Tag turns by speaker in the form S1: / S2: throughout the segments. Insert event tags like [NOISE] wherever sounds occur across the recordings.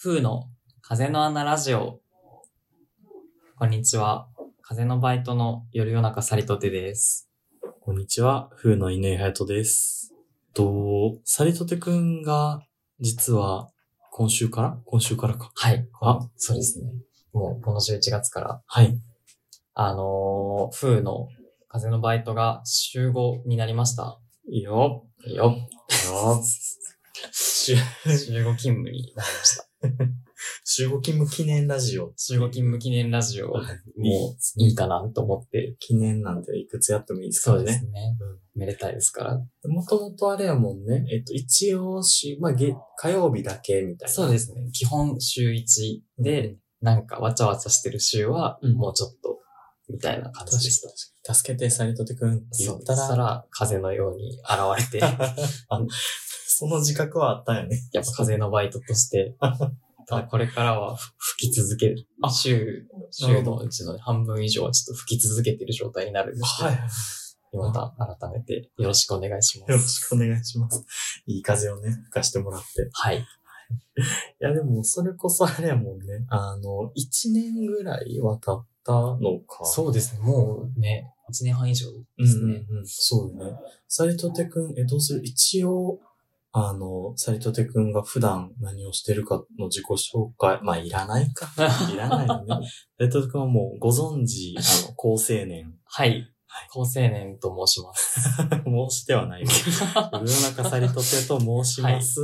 S1: 風の風の穴ラジオ。こんにちは。風のバイトの夜夜中サリトテです。
S2: こんにちは、風の犬井隼人です。と、サリトテくんが、実は、今週から今週からか。
S1: はい。
S2: あ
S1: そうですね。もうこの11月から、
S2: はい。
S1: あのー、風の風のバイトが週5になりました。
S2: いいよ。
S1: いいよ。 [LAUGHS]
S2: よ週、
S1: 週5勤務になりました。
S2: 週5勤務記念ラジオ。
S1: 週5勤務記念ラジオ、もう
S2: [LAUGHS] いい
S1: いいかなと思って。
S2: 記念なんていくつやってもいいですか
S1: そ
S2: ら
S1: うです
S2: ね。
S1: ね。めでたいですから。
S2: もともとあれやもんね。えっと、一応し、まあ、げ火曜日だけみたいな。
S1: そうですね。基本週1で、
S2: うん、
S1: なんかわちゃわちゃしてる週は、
S2: うん
S1: もうちょっと、みたいな感じでした。
S2: 助けて、サリトテくんって言
S1: そ
S2: っ
S1: うした
S2: た
S1: ら、
S2: ら、
S1: 風のように現れて、やっぱ
S2: [LAUGHS] あその自覚はあったよね。
S1: 風のバイトとして、ただこれからはふ吹き続ける。
S2: [LAUGHS]
S1: 週、
S2: なる
S1: 週
S2: ほど
S1: のうちの半分以上はちょっと吹き続けてる状態になるんですけど、
S2: い。
S1: また改めてよろしくお願いしま
S2: よろ
S1: す。
S2: しくお願いします。いい風をね、吹かしてもらって。い
S1: はい。
S2: や、でも、それこそあれやもんね。あの、1年ぐらいは経ったのか。
S1: そうですね。もうね、1年半以上
S2: う
S1: で
S2: です
S1: す
S2: ね。
S1: ね。
S2: うんうん、そうよね。サリトテくん、え、どうする一応、あの、サリトテくんが普段何をしてるかの自己紹介。まあ、いらない
S1: [LAUGHS]
S2: か。いらないよね。サリトテくんはもうご存知、あの、高青年。
S1: はい。高青年と申します。
S2: 申しては
S1: [LAUGHS]
S2: ないよ。世の中サリトテと申します、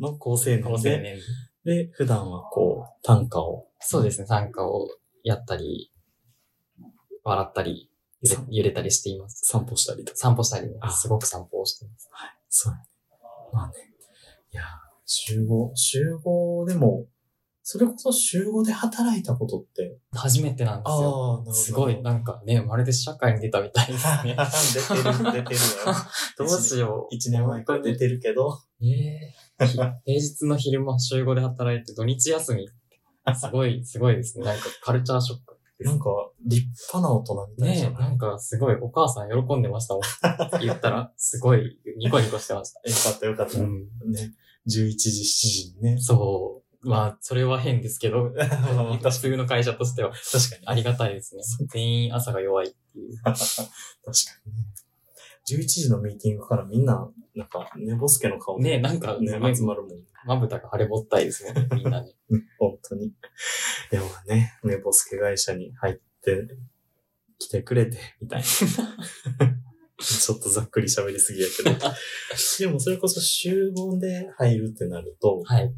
S2: の高青年で。
S1: 高青年。
S2: で、普段はこう、短歌を。
S1: そうですね、参加をやったり、笑ったり、揺れ
S2: 散
S1: 揺れたりしています。
S2: 散歩したりとか。
S1: 散歩したりね
S2: あ、
S1: すごく散歩をしています。
S2: そう。まあね。いやー、集合、集合でも、それこそ集合で働いたことって。
S1: 初めてなんですよ。
S2: ああ、なるほど。[LAUGHS]
S1: すごい、なんかね、まるで社会に出たみたいですね。
S2: 出てる、出てるよ。
S1: どうしよ
S2: [LAUGHS]
S1: う。
S2: 一年前から出てるけど。
S1: ええひ平日の昼間、週5で働いて、土日休み。すごい、すごいですね。なんかカルチャーショック。
S2: なんか、立派な大人みたいじ
S1: ね
S2: ゃ
S1: え、
S2: ない、
S1: なんかすごい、お母さん喜んでましたもん。言ったら、すごい、ニコニコしてました。
S2: よかったよかった。
S1: うん
S2: ね。11時、7時にね。
S1: そう。まあ、それは変ですけど、
S2: [LAUGHS] 確か
S1: 普通の会社としては
S2: 確かに。
S1: ありがたいですね。全員朝が弱いっていう。
S2: 確かにね。11時のミーティングからみんな、なんか、寝ぼすけの顔で
S1: ねなんか、
S2: ね、
S1: ま
S2: 集まるもんね。
S1: まぶたが腫れぼったいですもん [LAUGHS] ね、みんなに。
S2: 本当に。でもね、寝ぼすけ会社に入って来てくれて、み
S1: [LAUGHS]
S2: たいな。ちょっとざっくり喋りすぎやけど。でもそれこそ集合で入るってなると、
S1: はい。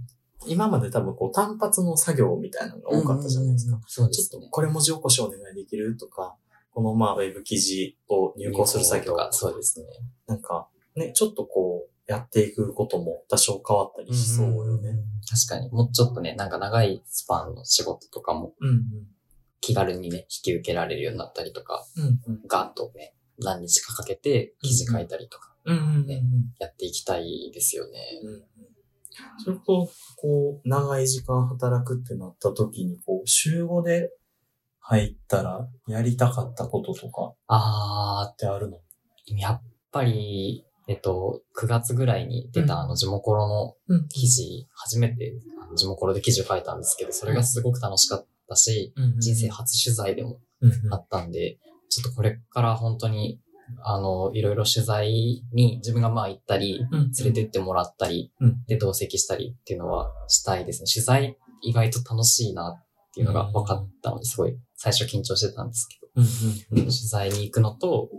S2: 今まで多分こう単発の作業みたいなのが多かったじゃないですか。。
S1: そうで
S2: ちょっ
S1: す
S2: と
S1: ね。
S2: これ文字起こしお願いできるとか、このまあウェブ記事を入稿する作業
S1: が、そうですね。
S2: なんか、ね、ちょっとこう、やっていくことも多少変わったりしそうよね。
S1: 確かに、もうちょっとね、なんか長いスパンの仕事とかも
S2: うんうん。
S1: 気軽にね、引き受けられるようになったりとか、
S2: うんうん。
S1: ガーッとね、何日かかけて記事書いたりとか、
S2: うんうん
S1: ね
S2: うん。
S1: やっていきたいですよね。
S2: それと、こう、長い時間働くってなった時に、こう、週5で入ったら、やりたかったこととか
S1: あー、
S2: ってあるの
S1: やっぱり、えっと、9月ぐらいに出
S2: うん
S1: たあの、ジモコロの
S2: うん
S1: 記事、初めてあのジモコロで記事を書いたんですけど、それがすごく楽しかったし、人生初取材でもあったんで、ちょっとこれから本当に、あの、いろいろ取材に自分がまあ行ったり、連れてってもらったり
S2: うん、
S1: で同席したりっていうのはしたいですね。取材意外と楽しいなっていうのが分かったので、すごい最初緊張してたんですけど、取材に行くのと、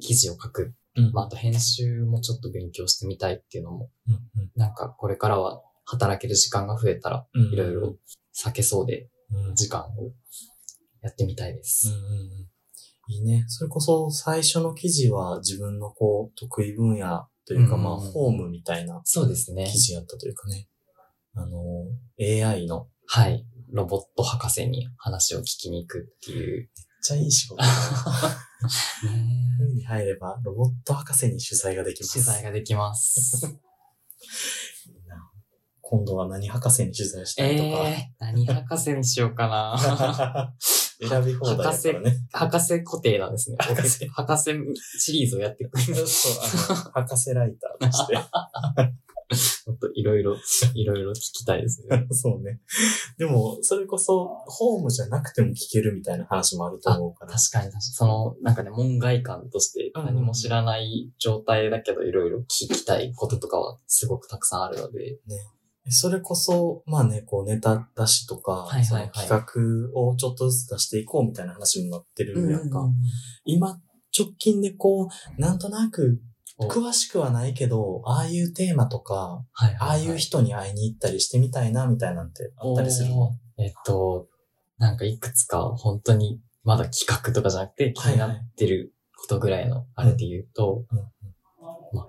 S1: 記事を書くまあ、あと編集もちょっと勉強してみたいっていうのも、なんかこれからは働ける時間が増えたら、いろいろ避けそうで、時間をやってみたいです。
S2: いいね。それこそ最初の記事は自分のこう、得意分野というか、まあ、
S1: うんうん
S2: ホームみたいな
S1: そうですね
S2: 記。事やったというかね。あの、AI の、
S1: はい。ロボット博士に話を聞きに行くっていう。
S2: めっちゃいい
S1: [LAUGHS]
S2: 仕事。海に入れば、ロボット博士に取材ができます。
S1: 取材ができます。
S2: 今度は何博士に取材した
S1: [LAUGHS] え
S2: りとか。
S1: えー、何博士にしようかな。
S2: [LAUGHS]
S1: [LAUGHS]
S2: 選び放題だからね。
S1: 博士固定なんですね。
S2: 博士 [LAUGHS]
S1: 博士シリーズをやっていく。
S2: そう、あの、博士ライターとして。
S1: [LAUGHS] もっといろいろ、いろいろ聞きたいですね。
S2: [LAUGHS] そうね。でも、それこそ、ホームじゃなくても聞けるみたいな話もあると思うから。
S1: 確かに確かに。その、なんかね、門外観として
S2: うんうん
S1: 何も知らない状態だけど、いろいろ聞きたいこととかはすごくたくさんあるので。
S2: それこそ、まあね、こうネタ出しとか、
S1: はいはいはい
S2: その企画をちょっとずつ出していこうみたいな話になってるやんか。今、直近でこう、なんとなく、
S1: お
S2: 詳しくはないけど、ああいうテーマとか、
S1: はい
S2: あ
S1: は
S2: あ
S1: はい
S2: いう人に会いに行ったりしてみたいな、みたいなんてあったりするの。
S1: おーえっと、なんかいくつか本当にまだ企画とかじゃなくて気
S2: はい
S1: になってることぐらいのあれで言うと、
S2: うんうん、
S1: まあ、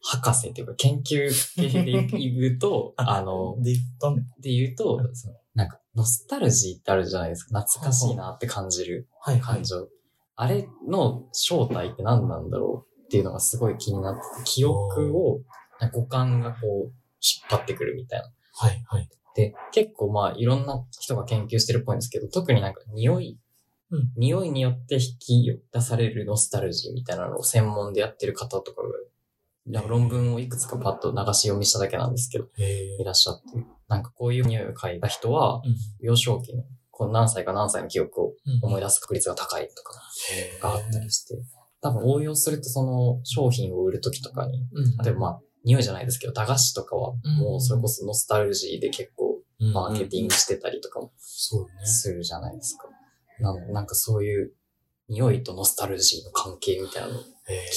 S1: 博士というか研究系で言うと
S2: [LAUGHS]
S1: あの、
S2: で、どん
S1: で言うと、そのなんかノスタルジーってあるじゃないですか。懐かしいなって感じる
S2: はいはい
S1: 感。情。あれの正体って何なんだろうっていうのがすごい気になってて、記憶を、なんか五感がこう引っ張ってくるみたいな。
S2: はいはい。
S1: で、結構まあいろんな人が研究してるっぽいんですけど、特になんか匂い、
S2: うん
S1: 匂いによって引き出されるノスタルジーみたいなのを専門でやってる方とかが、なんか論文をいくつかパッと流し読みしただけなんですけど、
S2: へ
S1: いらっしゃって、なんかこういう匂いを嗅いだ人は、幼少期の、こう何歳か何歳の記憶を思い出す確率が高いとか、
S2: 出
S1: があったりして、多分応用するとその商品を売るときとかに、例
S2: 例
S1: えばまあ、匂いじゃないですけど、駄菓子とかは
S2: うん
S1: もうそれこそノスタルジーで結構
S2: ば
S1: マーケティングしてたりとかも
S2: そうね。
S1: するじゃないですか。なんなんかそういう匂いとノスタルジーの関係みたいなの
S2: へ
S1: を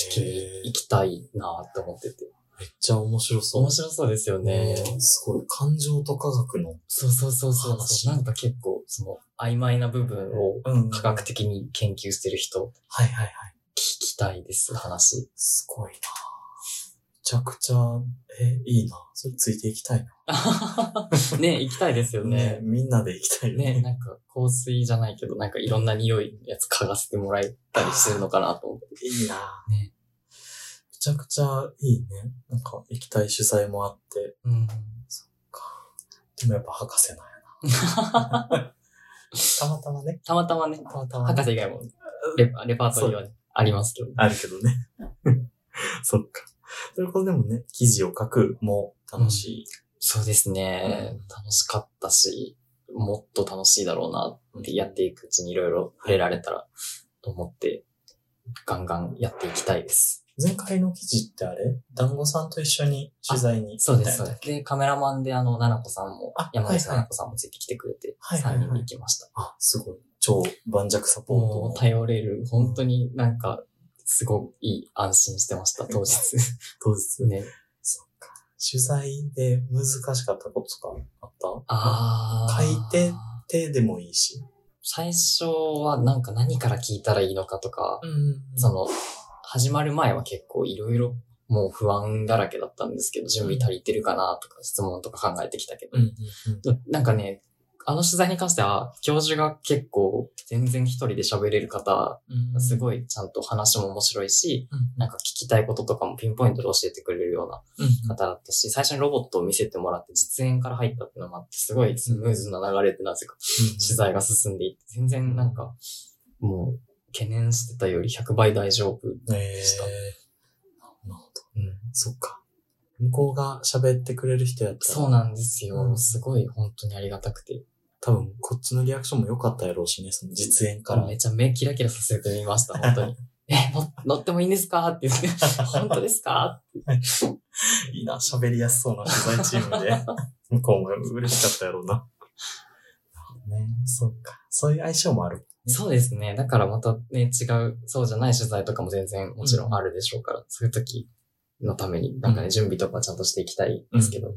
S1: 聞きに
S2: ー
S1: 行きたいなって思ってて。
S2: めっちゃ面白そう。
S1: 面白そうですよね。
S2: うんすごい。感情と科学の。
S1: そうそうそうそう
S2: 話
S1: そう。なんか結構その曖昧な部分を
S2: うん
S1: 科学。的に研究してる人
S2: はいはいはい。
S1: 聞きたいです、話。
S2: すごいな。めちゃくちゃ、え、いいな。それついていきたいな。
S1: [LAUGHS] ね行きたいですよね
S2: みんなで行きたいよ
S1: ね、
S2: ね。
S1: なんか香水じゃないけど、なんかいろんな匂いのやつ嗅がせてもらえたりするのかなと思って。
S2: いいな。
S1: ね
S2: めちゃくちゃいいね。なんか、行きたい主催もあって。
S1: うん。
S2: でもやっぱ博士なんや [LAUGHS] な。たまたまね。
S1: たまたまね、
S2: たまたま、
S1: 博士以外もレレパートリーはありますけどね。
S2: あるけどね。 [LAUGHS] そっか。それこそでもね、記事を書くも楽しい。
S1: そうですね、楽しかったし、もっと楽しいだろうなってやっていくうちにいろいろ触れられたらと思って、ガンガンやっていきたいです。
S2: 前回の記事ってあれ団子さんと一緒に取材に
S1: そうで
S2: 行
S1: す、
S2: った
S1: そ
S2: ん
S1: う
S2: だ
S1: で
S2: っ
S1: す。
S2: け
S1: で、カメラマンであの、ななこさんも
S2: あ、
S1: 山口
S2: はい
S1: さ
S2: はい
S1: なこさんもついてきてくれて、
S2: はいはい
S1: 3
S2: はい
S1: 人で行きました。
S2: あ、すごい。超盤石サポート
S1: も
S2: の
S1: う頼れる。本当になんか、すごい安心してました、当日。
S2: 当日ね。
S1: [LAUGHS] ね。
S2: そっか。取材で難しかったこととかあった
S1: あー
S2: 書いて手でもいいし。
S1: 最初はなんか何から聞いたらいいのかとか、
S2: うん。
S1: その、始まる前は結構いろいろもう不安だらけだったんですけど、準備足りてるかなとか質問とか考えてきたけど
S2: うん、うん
S1: なんかね、あの取材に関しては、教授が結構全然一人で喋れる方、
S2: うん。
S1: す
S2: い。
S1: ごいちゃんと話も面白いし、
S2: うん
S1: なんか聞きたいこととかもピンポイントで教えてくれるような
S2: うん
S1: 方だったし、最初にロボットを見せてもらって実演から入ったっていうのもあって、すごいスムーズな流れでなぜか取材が進んでいって、全然なんか、もう、懸念してたより100倍大丈夫。
S2: え
S1: した
S2: ーなるほど。そっか。向こうが喋ってくれる人やったら、
S1: そうなんです
S2: う
S1: よ。
S2: ん
S1: すごい本当にありがたくて。
S2: 多分こっちのリアクションも良かったやろうしね、その実演から。
S1: めちゃ目キラキラさせてみました、本 [LAUGHS] 当に。え、の乗ってもいいんですかって言 [LAUGHS] って、本当ですか
S2: いいな、喋りやすそうな取材チーム [LAUGHS] で。向こうも嬉しかったやろうな。ね、そっか。そういう相性もある。
S1: そうですね。だからまたね、違う、そうじゃない取材とかも全然もちろんあるでしょうから、そういう時のために、なんかね、
S2: うん
S1: 準備とかちゃんとしていきたいですけど。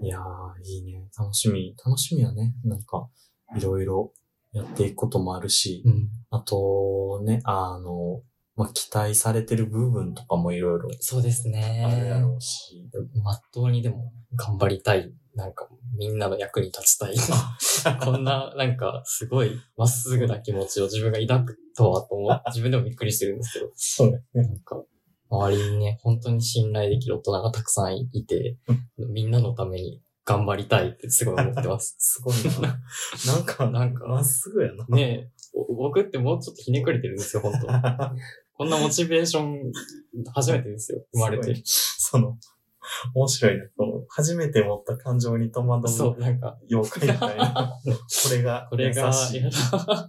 S2: いやー、いいね。楽しみ。楽しみはね、なんか、いろいろやっていくこともあるし、
S1: うん
S2: あとね、あの、まあ、期待されてる部分とかもいろいろ
S1: そうですね。
S2: あるやろうし。
S1: まっとうにでも頑張りたい。なんか、みんなの役に立ちたい。 [LAUGHS] こんな、なんか、すごい、まっすぐな気持ちを自分が抱くとはと思って、自分でもびっくりしてるんですけど、
S2: そうね。
S1: なんか、周りにね、本当に信頼できる大人がたくさんいて、みんなのために頑張りたいってすごい思ってま
S2: [LAUGHS]
S1: す。
S2: すごいな。 [LAUGHS] なんか、
S1: なんか
S2: まっすぐやな。
S1: ねえ、お僕ってもうちょっとひねくれてるんですよ、本当こんなモチベーション、初めてですよ、生まれて。
S2: その、面白いね。こう、初めて持った感情に戸惑
S1: そうう、なんか、
S2: 妖怪みたい [LAUGHS] な。これが、
S1: これが
S2: 優し、い。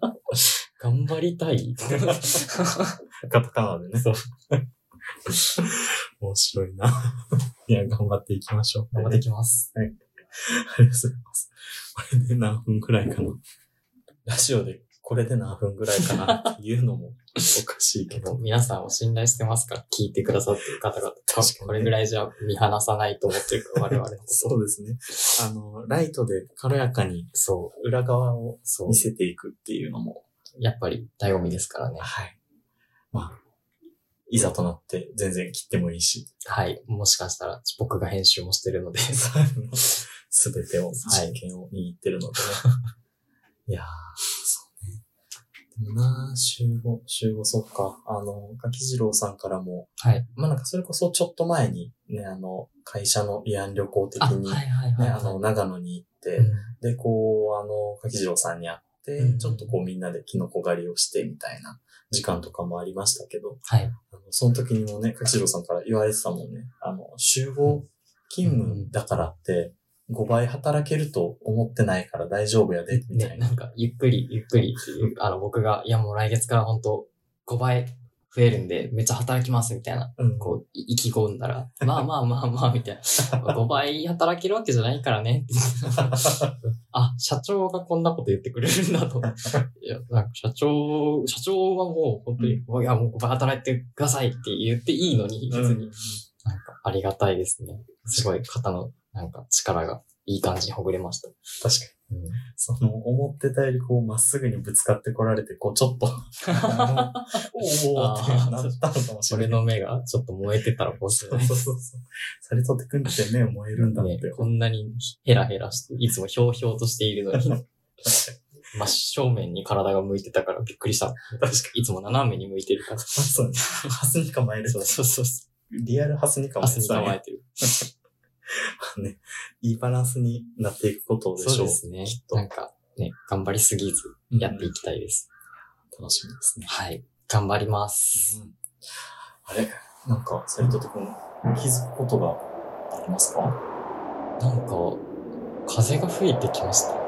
S1: [LAUGHS] 頑張りたい。
S2: カタカナでね。
S1: そう。
S2: [LAUGHS] 面白いな。いや、頑張っていきましょう。
S1: 頑張ってきます。
S2: ありがとうございます。これで何分くらいかな。ラジオでこれで何分くらいかなっていうのもおかしいけど。
S1: 皆さんを信頼してますから、聞いてくださってる方々。
S2: 確かに
S1: これぐらいじゃ見放さないと思ってるから、我々。
S2: そうですね。あの、ライトで軽やかに
S1: そ
S2: 裏側を
S1: う。 [LAUGHS] そう
S2: 見。せていくっていうのも、
S1: やっぱり、醍醐味ですからね。
S2: はい。まあ、いざとなって全然切ってもいいし、 [LAUGHS]
S1: はい。もしかしたら、僕が編集もしてるので。
S2: すべてを、
S1: はい
S2: 実験を握ってる
S1: [LAUGHS]
S2: のでね。い、やー、そうね。でもなー、週5、週5、そっか。あの、柿次郎さんからも、
S1: [LAUGHS] はい。
S2: まあなんかそれこそちょっと前に、ね、あの、会社の慰安旅行的
S1: あ、はい
S2: に、ね、
S1: はいはい。
S2: あの、長野に行って、
S1: うん
S2: で、こう、あの、柿次郎さんに会って、
S1: うん
S2: ちょっとこうみんなでキノコ狩りをしてみたいな時間とかもありましたけど、
S1: はい。
S2: あのその時にもね、かしろさんから言われてたもんね。あの、集合勤務だからって、5倍働けると思ってないから大丈夫やで、みた
S1: ね、
S2: い
S1: な
S2: な。
S1: んか、ゆっくり、ゆっくりっていう、あの、僕が、いや、もう来月から本当5倍増えるんで、めっちゃ働きます、みたいな、
S2: うん、
S1: こう、い意気込んだ [LAUGHS] ら、まあまあまあまあ、みたいな。5倍働けるわけじゃないから [LAUGHS] ね。あ、社長がこんなこと言ってくれるんだ [LAUGHS] と。いや、なんか社長、社長はもう本当に、いや、もう5倍働いてくださいって言っていいのに、別に。なんか、ありがたいですね。すごい肩の、なんか、力が、いい感じにほぐれました。
S2: 確かに。
S1: うん
S2: その、思ってたよりこう、まっすぐにぶつかってこられて、こう、ちょっと、あのおーってなったのかもしれ
S1: 俺
S2: ない。
S1: の目がちょっと燃えてたらこう
S2: そ
S1: す
S2: う
S1: るね。
S2: そうそう。サリトテ君って目を燃えるんだって。
S1: ね、こんなにヘラヘラして、いつもひょうひょうとしているのに、 [LAUGHS] 真正面に体が向いてたからびっくりした。
S2: 確かに。
S1: いつも斜めに向いてるから。そ
S2: そうね。ハスに構える。
S1: うそうそう。
S2: リアルハスに構
S1: 明
S2: え
S1: 日
S2: る
S1: に。構えてる。
S2: [LAUGHS] ね、いいバランスになっていくことでし
S1: そ
S2: ょ
S1: う
S2: う
S1: で。すね
S2: きっ。と
S1: なんか、ね、頑張りすぎずやっていきたいです。
S2: 楽しみですね。
S1: はい。頑張ります。
S2: あれなんか、サリトテ君、気づくことがありますか
S1: なんか、風が吹いてきました。